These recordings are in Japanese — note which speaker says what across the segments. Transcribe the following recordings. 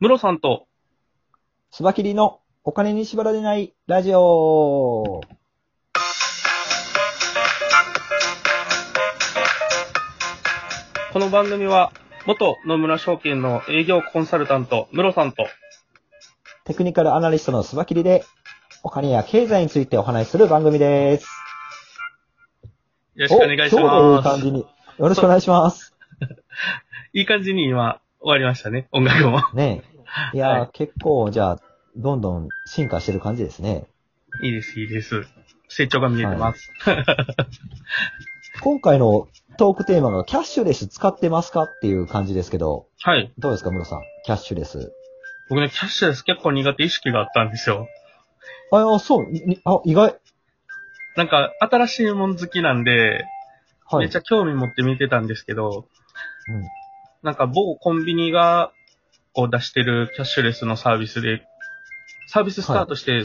Speaker 1: ムロさんと、
Speaker 2: スバキリのお金に縛られないラジオ。
Speaker 1: この番組は、元野村証券の営業コンサルタント、ムロさんと、
Speaker 2: テクニカルアナリストのスバキリで、お金や経済についてお話しする番組です。
Speaker 1: よろしくお願いし
Speaker 2: おちょうどいい
Speaker 1: ま
Speaker 2: 感
Speaker 1: す。
Speaker 2: じに。よろしくお願いします。
Speaker 1: いい感じに今、終わりましたね、音楽も。
Speaker 2: ねえ。いやー、
Speaker 1: は
Speaker 2: 結構、じゃあ、どんどん進化してる感じですね。
Speaker 1: いいです、いいです。成長が見えてます。
Speaker 2: 今回のトークテーマがキャッシュレス使ってますかっていう感じですけど、
Speaker 1: はい。
Speaker 2: どうですか、ムロさん。キャッシュレス。
Speaker 1: 僕ね、キャッシュレス結構苦手意識があったんですよ。
Speaker 2: あ、あそう、にあ、意外。
Speaker 1: なんか、新しいもん好きなんで、
Speaker 2: は
Speaker 1: めっ
Speaker 2: い
Speaker 1: ち。ゃ興味持って見てたんですけど、
Speaker 2: うん
Speaker 1: なんか某コンビニがこう出してるキャッシュレスのサービスで、サービススタートして、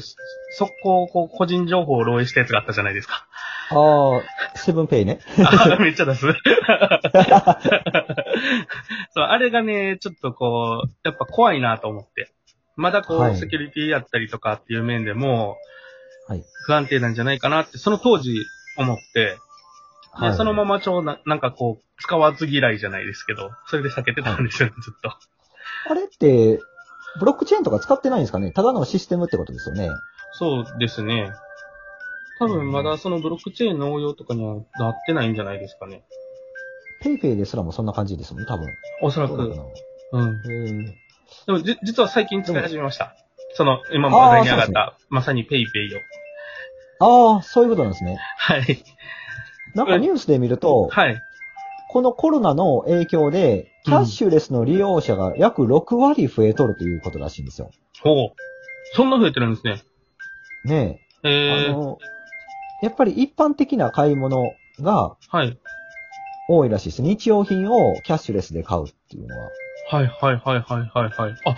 Speaker 1: 速攻こう個人情報を漏洩したやつがあったじゃないです か。
Speaker 2: ああ、セブンペイね。
Speaker 1: あめっちゃ出す。 そう、あれがね、ちょっとこう、やっぱ怖いなと思って。まだこう、
Speaker 2: はい
Speaker 1: セキュリティやったりとかっていう面でも、
Speaker 2: はい
Speaker 1: 不安定なんじゃないかなって、その当時思って、でそのま
Speaker 2: ま。
Speaker 1: まちょうな、なんかこう、使わず嫌いじゃないですけど、それで避けてたんですよね、ずっと。
Speaker 2: あれって、ブロックチェーンとか使ってないんですかねただのシステムってことですよね。
Speaker 1: そうですね。多分まだそのブロックチェーンの応用とかにはなってないんじゃないですかね。
Speaker 2: ペイペイですらもそんな感じですもんね、多分。
Speaker 1: おそら
Speaker 2: そうだ
Speaker 1: く。
Speaker 2: よ
Speaker 1: うん。
Speaker 2: な。うん
Speaker 1: でもじ、実は最近使い始めました。その、今話題に上がった、まさにペイペイを。
Speaker 2: ああ、そういうことなんですね。
Speaker 1: はい。
Speaker 2: なんかニュースで見ると、
Speaker 1: はい。
Speaker 2: このコロナの影響で、キャッシュレスの利用者が約6割増えとるということらしいんですよ。
Speaker 1: ほう。そんな増えてるんですね。
Speaker 2: ねえ。
Speaker 1: え
Speaker 2: あ
Speaker 1: ー、
Speaker 2: の、やっぱり一般的な買い物が
Speaker 1: はい。
Speaker 2: 多いらしいです。日用品をキャッシュレスで買うっていうのは。
Speaker 1: はいはいはいはいはいはい。あ、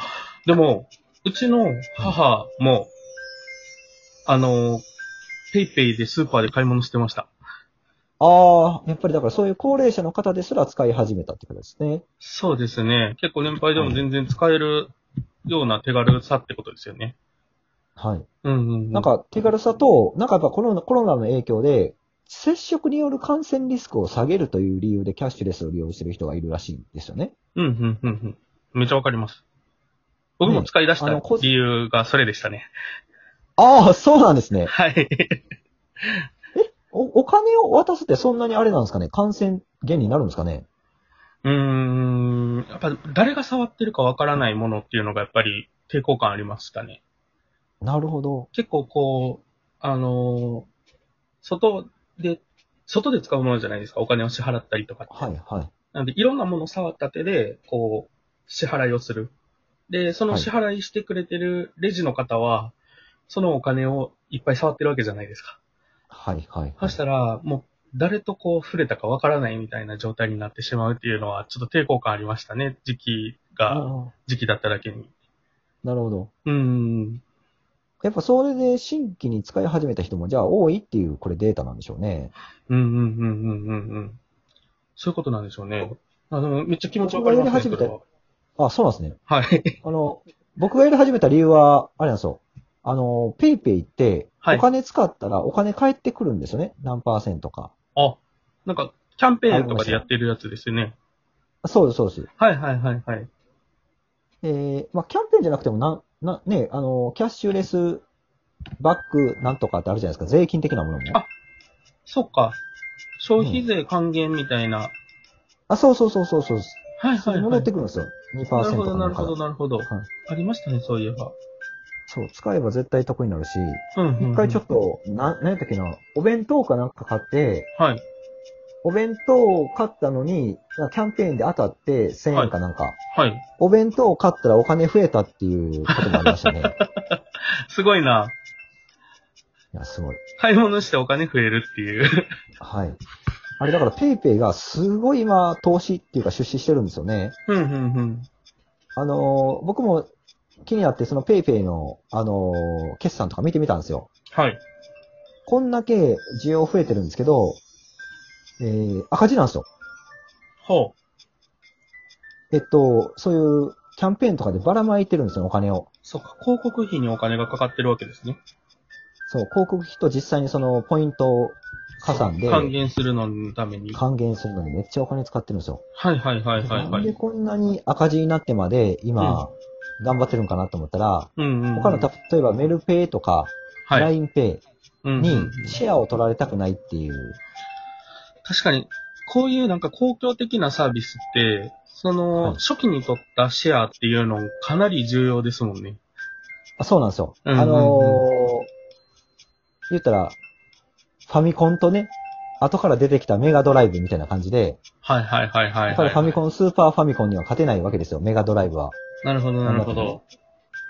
Speaker 1: でも、うちの母も、あの、ペイペイでスーパーで買い物してました。
Speaker 2: ああ、やっぱりだからそういう高齢者の方ですら使い始めたってことですね。
Speaker 1: そうですね。結構年配でも全然使えるような手軽さってことですよね。
Speaker 2: はい。
Speaker 1: うんうん、うん。
Speaker 2: なん、か手軽さと、なんかやっぱコロナコロナの影響で、接触による感染リスクを下げるという理由でキャッシュレスを利用してる人がいるらしいんですよね。
Speaker 1: うんうんうんうん。めっちゃわかります。僕も使い出した
Speaker 2: ねあのこ
Speaker 1: 理由がそれでしたね。
Speaker 2: ああ、そうなんですね。
Speaker 1: はい。
Speaker 2: お、お金を渡すってそんなにあれなんですかね感染源になるんですかね
Speaker 1: うーん。やっぱ誰が触ってるかわからないものっていうのがやっぱり抵抗感ありましたね。
Speaker 2: なるほど。
Speaker 1: 結構こう、あのー外で、外で使うものじゃないですか。お金を支払ったりとかって。
Speaker 2: はい、はい。
Speaker 1: なので、いろんなものを触った手で、こう、支払いをする。で、その
Speaker 2: はい
Speaker 1: 支払いしてくれてるレジの方は、そのお金をいっぱい触ってるわけじゃないですか。
Speaker 2: はい、はい。
Speaker 1: そしたら、もう、誰とこう触れたかわからないみたいな状態になってしまうっていうのは、ちょっと抵抗感ありましたね。時期が、
Speaker 2: ああ
Speaker 1: 時期だっただけに。
Speaker 2: なるほど。
Speaker 1: うん。
Speaker 2: やっぱそれで新規に使い始めた人もじゃあ多いっていう、これデータなんでしょうね。
Speaker 1: うんうんうんうんうんうん。そういうことなんでしょうね。あの、めっちゃ気持ちわかり
Speaker 2: 僕が
Speaker 1: ま
Speaker 2: やり
Speaker 1: す
Speaker 2: 始
Speaker 1: ね。
Speaker 2: め
Speaker 1: それ
Speaker 2: た
Speaker 1: は
Speaker 2: あ、そうなんですね。
Speaker 1: はい。
Speaker 2: あの、僕がやり始めた理由は、あれなんですよ。あの、ペイペイって、
Speaker 1: はい
Speaker 2: お金使ったらお金返ってくるんですよね。何パーセントか。
Speaker 1: あ、なんか、キャンペーンとかでやってるやつですよね。
Speaker 2: そうです、そうです。
Speaker 1: はいはいはいはい。
Speaker 2: えー、まあ、キャンペーンじゃなくてもなん、な、ね、あの、キャッシュレス、バックなんとかってあるじゃないですか。税金的なものも。
Speaker 1: あそっか。消費税還元みたいな。
Speaker 2: あ、そうそうそうそうそう。
Speaker 1: はい
Speaker 2: そ
Speaker 1: は
Speaker 2: れ
Speaker 1: い
Speaker 2: 戻
Speaker 1: は
Speaker 2: っ
Speaker 1: い。
Speaker 2: てくるんですよ。2%
Speaker 1: なるほど、
Speaker 2: か
Speaker 1: な
Speaker 2: な
Speaker 1: る
Speaker 2: んか
Speaker 1: ほど、
Speaker 2: が。
Speaker 1: なるほど。ありましたね、そういえば。
Speaker 2: そう、使えば絶対得になるし、
Speaker 1: うん、うん。
Speaker 2: 一回ちょっと、な、何やったっけな、お弁当かなんか買って、
Speaker 1: と。はい。
Speaker 2: お弁当を買ったのに、キャンペーンで当たって1000円かなんか、
Speaker 1: はい。
Speaker 2: お弁当を買ったらお金増えたっていうこともありました ね。い
Speaker 1: すごいな。
Speaker 2: や、すごい。
Speaker 1: 買い物してお金増えるっていう。
Speaker 2: はい。あれだからペイペイがすごい今投資っていうか出資してるんですよね。
Speaker 1: うん、うん、うん。
Speaker 2: あのー僕も気になってそのペイペイの、あのー決算とか見てみたんですよ。
Speaker 1: はい。
Speaker 2: こんだけ需要増えてるんですけど、えー、赤字なんですよ。
Speaker 1: ほ
Speaker 2: えっと、そういうキャンペーンとかでばらまいてるんですよ、お金を。
Speaker 1: そっか、広告費にお金がかかってるわけですね。
Speaker 2: そう、広告費と実際にそのポイントを加算で
Speaker 1: 還元するののために。
Speaker 2: 還元するのにめっちゃお金使ってるんですよ。
Speaker 1: はいはいはいはい
Speaker 2: な
Speaker 1: は
Speaker 2: んで
Speaker 1: い。
Speaker 2: こんなに赤字になってまで今、頑張ってるんかなと思ったら、
Speaker 1: うんうんうん。
Speaker 2: 他の、例えばメルペイとか、
Speaker 1: はい
Speaker 2: LINEPay
Speaker 1: うんうんう
Speaker 2: に
Speaker 1: ん
Speaker 2: シェアを取られたくないっていう。
Speaker 1: 確かに、こういうなんか公共的なサービスって、そ
Speaker 2: はい
Speaker 1: の、初期に取ったシェアっていうのかなり重要ですもんね。
Speaker 2: あそうなんですよ。
Speaker 1: うんうんうん
Speaker 2: あのー言ったら、ファミコンとね、後から出てきたメガドライブみたいな感じで、
Speaker 1: はいはいはいはい、は
Speaker 2: や
Speaker 1: い。
Speaker 2: っぱりファミコン、スーパーファミコンには勝てないわけですよ、メガドライブは。
Speaker 1: なるほどなるほ
Speaker 2: なんだ
Speaker 1: ど。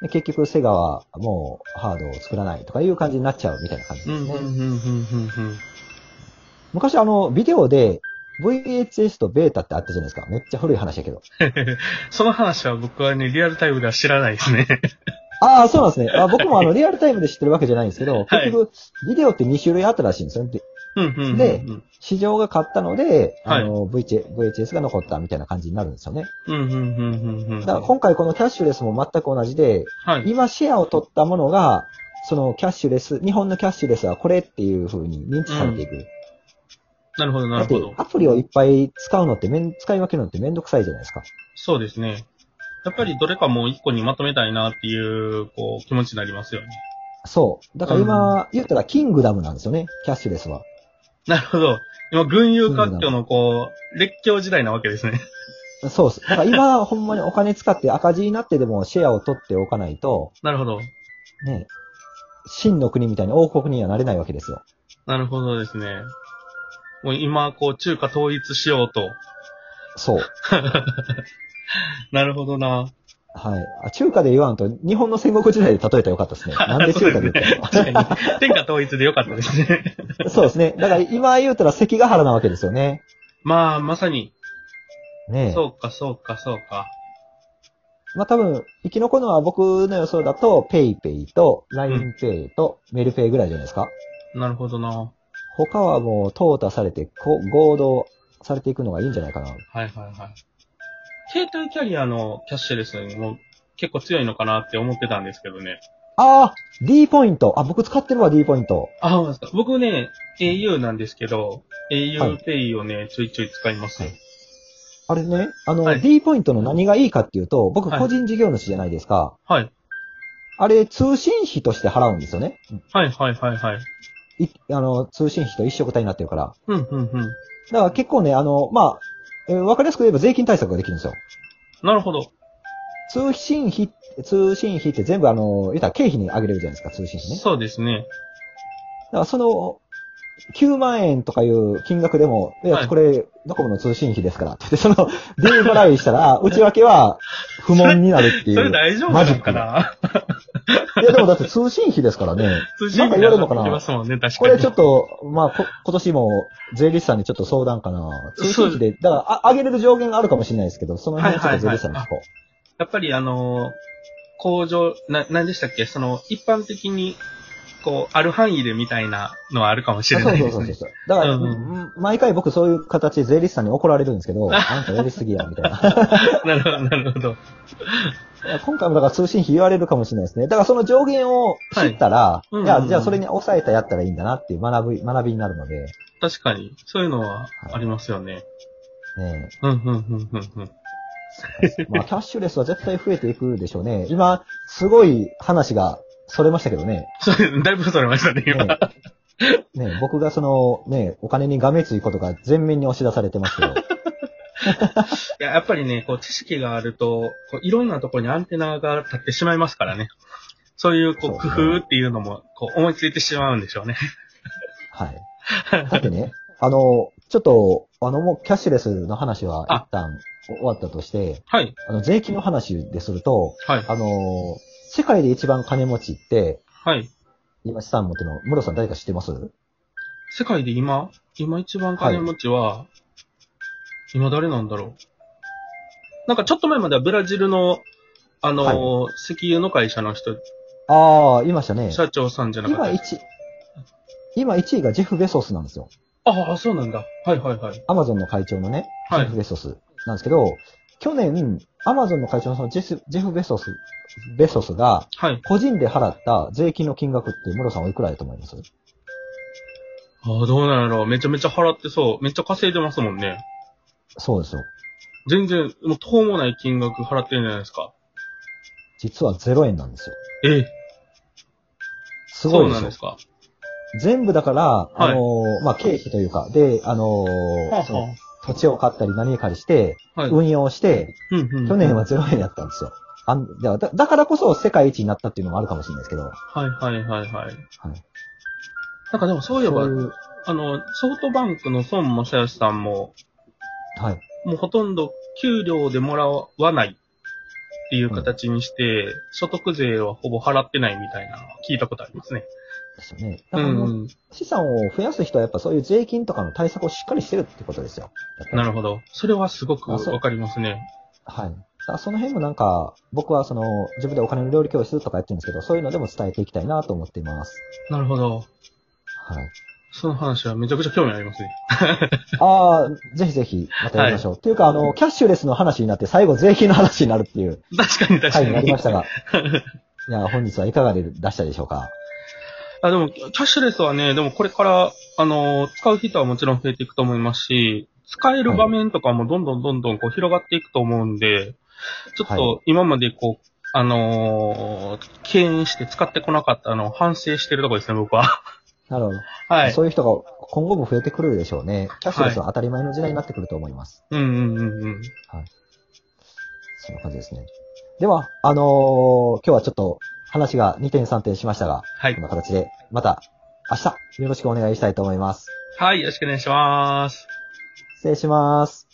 Speaker 2: で結局、セガはもうハードを作らないとかいう感じになっちゃうみたいな感じ
Speaker 1: う
Speaker 2: です
Speaker 1: んうん
Speaker 2: ね。
Speaker 1: うんうんうんうん。
Speaker 2: 昔、あの、ビデオで VHS とベータってあったじゃないですか。めっちゃ古い話だけど。
Speaker 1: その話は僕はね、リアルタイムでは知らないですね。
Speaker 2: ああ、そうなんですね。あ僕もあの、リアルタイムで知ってるわけじゃないんですけど、
Speaker 1: はい
Speaker 2: 結局、ビデオって2種類あったらしいんですよ。で
Speaker 1: うんうんうんうん。
Speaker 2: で市場が買ったので、
Speaker 1: はい
Speaker 2: あの、VH VHS が残ったみたいな感じになるんですよね。
Speaker 1: うんうんうんうんうん。
Speaker 2: だから今回このキャッシュレスも全く同じで、
Speaker 1: はい。
Speaker 2: 今シェアを取ったものが、そのキャッシュレス、日本のキャッシュレスはこれっていう風に認知されていく。
Speaker 1: なるほどな
Speaker 2: だ
Speaker 1: る
Speaker 2: って
Speaker 1: ほど。
Speaker 2: アプリをいっぱい使うのってめん、使い分けるのってめんどくさいじゃないですか。
Speaker 1: そうですね。やっぱりどれかもう一個にまとめたいなっていう、こう、気持ちになりますよね。
Speaker 2: そう。だから今、言ったらキングダムなんですよね、キャッシュレスは。
Speaker 1: なるほど。今、群雄割拠のこう、列強時代なわけですね。
Speaker 2: そうっす。だから今、 ほんまにお金使って赤字になってでもシェアを取っておかないと、
Speaker 1: なるほど。
Speaker 2: ね、真の国みたいに王国にはなれないわけですよ。
Speaker 1: なるほどですね。もう今、こう、中華統一しようと。
Speaker 2: そう。
Speaker 1: なるほどな。
Speaker 2: はい。あ中華で言わんと、日本の戦国時代で例えたらよかった ですね。なんで中華で言ったの
Speaker 1: 確かに。 天下統一でよかったですね。
Speaker 2: そうですね。だから今言うたら関ヶ原なわけですよね。
Speaker 1: まあ、まさに。
Speaker 2: ねえ。
Speaker 1: そうか、そうか、そうか。
Speaker 2: まあ多分、生き残るのは僕の予想だと、ペイペイと、ラインペイと、メルペイぐらいじゃないですか。
Speaker 1: なるほどな。
Speaker 2: 他はもう、淘汰されて、こう合同されていくのがいいんじゃないかな。
Speaker 1: はいはいはい。携帯キャリアのキャッシュレスも結構強いのかなって思ってたんですけどね。
Speaker 2: あー !D ポイントあ、僕使ってるわ、D ポイント。
Speaker 1: あ、そうなんですか。僕ね、au なんですけど、
Speaker 2: は
Speaker 1: au
Speaker 2: い
Speaker 1: pay をね、ちょいちょい使います。
Speaker 2: はいあれね、あの、
Speaker 1: はい
Speaker 2: D ポイントの何がいいかっていうと、僕
Speaker 1: はい
Speaker 2: 個人事業主じゃないですか。
Speaker 1: はい。
Speaker 2: あれ、通信費として払うんですよね。
Speaker 1: はいはいはいはい。
Speaker 2: いあの、通信費と一緒くたになってるから。
Speaker 1: うんうんうん。
Speaker 2: だから結構ね、あの、まあ、えーわかりやすく言えば税金対策ができるんですよ。
Speaker 1: なるほど。
Speaker 2: 通信費、通信費って全部あの、言ったら経費に上げれるじゃないですか、通信費ね。だ
Speaker 1: そうですね。
Speaker 2: からその、9万円とかいう金額でも、いや
Speaker 1: はい
Speaker 2: これ、ドコモの通信費ですから、って言って、その、D 払いしたら、内訳は不問になるってい
Speaker 1: それ
Speaker 2: う。
Speaker 1: 大丈夫なのかない
Speaker 2: や、でもだって通信費ですからね。
Speaker 1: 通
Speaker 2: なんか言われるのかな
Speaker 1: 信費が上がってきますもんね、確かに。
Speaker 2: これちょっと、まあ、こ今年も税理士さんにちょっと相談かな。通信費で、だから、あ上げれる上限があるかもしれないですけど、その辺ちょっと税理士さんに聞こう。
Speaker 1: やっぱりあのー、工場、な、何でしたっけその、一般的に、こう、ある範囲でみたいなのはあるかもしれない
Speaker 2: あ
Speaker 1: で
Speaker 2: そ
Speaker 1: す
Speaker 2: うそうそう
Speaker 1: ね。
Speaker 2: そう。だから、
Speaker 1: うん
Speaker 2: うん毎回僕そういう形で税理士さんに怒られるんです けど、あんたやりすぎや、みたいな。
Speaker 1: なるほど、なるほど。
Speaker 2: 今回もだから通信費言われるかもしれないですね。だからその上限を知ったら、
Speaker 1: いうんうんうん
Speaker 2: いや、じゃあそれに抑えたやったらいいんだなっていう学び、学びになるので、
Speaker 1: 確かに、そういうのはありますよね。
Speaker 2: ね
Speaker 1: うん、うん、うん、うん、うん。
Speaker 2: えまあ、キャッシュレスは絶対増えていくでしょうね。今、すごい話がそれましたけどね。
Speaker 1: そうですだいぶそれましたね、
Speaker 2: ね
Speaker 1: 今。
Speaker 2: えねえ僕がその、ねえお金にがめついことが全面に押し出されて ますけど。
Speaker 1: いややっぱりね、こう、知識があると、こういろんなところにアンテナが立ってしまいますからね。そういう、こう、
Speaker 2: そう
Speaker 1: 工
Speaker 2: ですね
Speaker 1: 夫っていうのも、こう、思いついてしまうんでしょうね。
Speaker 2: はい。だってね、あの、ちょっと、あの、もうキャッシュレスの話は一旦終わったとして、
Speaker 1: はい、
Speaker 2: あの、税金の話ですると、
Speaker 1: はい、
Speaker 2: あの、世界で一番金持ちって、
Speaker 1: はい。
Speaker 2: 今資産持ってるの、ムロさん誰か知ってます
Speaker 1: 世界で今、今一番金持ちは、今誰なんだろう。なんかちょっと前まではブラジルの、あのー石油の会社の人、
Speaker 2: ああ、いましたね。
Speaker 1: 社長さんじゃなか
Speaker 2: 今
Speaker 1: った。
Speaker 2: 一今1位がジェフ・ベソスなんですよ。
Speaker 1: ああ、そうなんだ。はいはいはい。
Speaker 2: アマゾンの会長のね、ジ
Speaker 1: はい
Speaker 2: ェフ・ベソスなんですけど、去年、アマゾンの会長のそのジェスジェフ・ベソス、ベソスが、
Speaker 1: はい。
Speaker 2: 個人で払った税金の金額って、ムロさんおいくらだと思います
Speaker 1: ああ、どうなんやろう。めちゃめちゃ払ってそう。めっちゃ稼いでますもんね。
Speaker 2: そうですよ。
Speaker 1: 全然、もう、とうもない金額払ってるんじゃないですか。
Speaker 2: 実は0円なんですよ。
Speaker 1: ええ、
Speaker 2: すご
Speaker 1: そ
Speaker 2: いうで
Speaker 1: な
Speaker 2: す
Speaker 1: ん
Speaker 2: よ
Speaker 1: で。すか。
Speaker 2: 全部だから、あのーまあ、経費というか、で、あのー
Speaker 1: はあ
Speaker 2: その
Speaker 1: は
Speaker 2: 土地を買ったり何借りして、
Speaker 1: あ。はい。
Speaker 2: 運用して、
Speaker 1: うんうん。
Speaker 2: 去年は0円だったんですよ。あんだだだからこそ世界一になったっていうのもあるかもしれないですけど。は
Speaker 1: はいはいはいはい。
Speaker 2: い。
Speaker 1: なんかでもそういえば
Speaker 2: そ、ういう
Speaker 1: あの、ソフトバンクの孫正義さんも、
Speaker 2: はい。
Speaker 1: もうほとんど給料でもらわないっていう形にして、所得税はほぼ払ってないみたいなのは聞いたことありますね。
Speaker 2: ですよね。だ
Speaker 1: う
Speaker 2: から
Speaker 1: ん
Speaker 2: も
Speaker 1: う。
Speaker 2: うん資産を増やす人はやっぱそういう税金とかの対策をしっかりしてるってことですよ。
Speaker 1: なる
Speaker 2: ほ
Speaker 1: ほど。それはすごく
Speaker 2: あそう
Speaker 1: わかりますね。
Speaker 2: ど。はい。だからその辺もなんか、僕はその、自分でお金の料理教室とかやってるんですけど、そういうのでも伝えていきたいなと思っています。
Speaker 1: なるほど。
Speaker 2: はい。
Speaker 1: その話はめちゃくちゃ興味ありますね。
Speaker 2: ああ、ぜひぜひ、またやりましょう。っていうか、あの、キャッシュレスの話になって、最後税金の話になるっていう
Speaker 1: 確かに確か
Speaker 2: 回
Speaker 1: に。
Speaker 2: になりましたが。いや、本日はいかがで出したでしょう か。
Speaker 1: あでも、キャッシュレスはね、でもこれから、あの、使う人はもちろん増えていくと思いますし、使える場面とかもどんどんどんどんこう広がっていくと思うんで、ちょっ
Speaker 2: は
Speaker 1: と今までこう、あのー敬遠して使ってこなかったのを反省してるところですね、僕は。
Speaker 2: なるほど。
Speaker 1: はい。
Speaker 2: そういう人が今後も増えてくるでしょうね。キャッシュレスは当たり前の時代になってくると思います。
Speaker 1: うんうんうんうん。
Speaker 2: そんな感じですね。では、あのー今日はちょっと話が2点3点しましたが、
Speaker 1: はい
Speaker 2: こん。な形で、また明日よろしくお願いしたいと思います。
Speaker 1: はい、よろしくお願いします。
Speaker 2: 失礼します。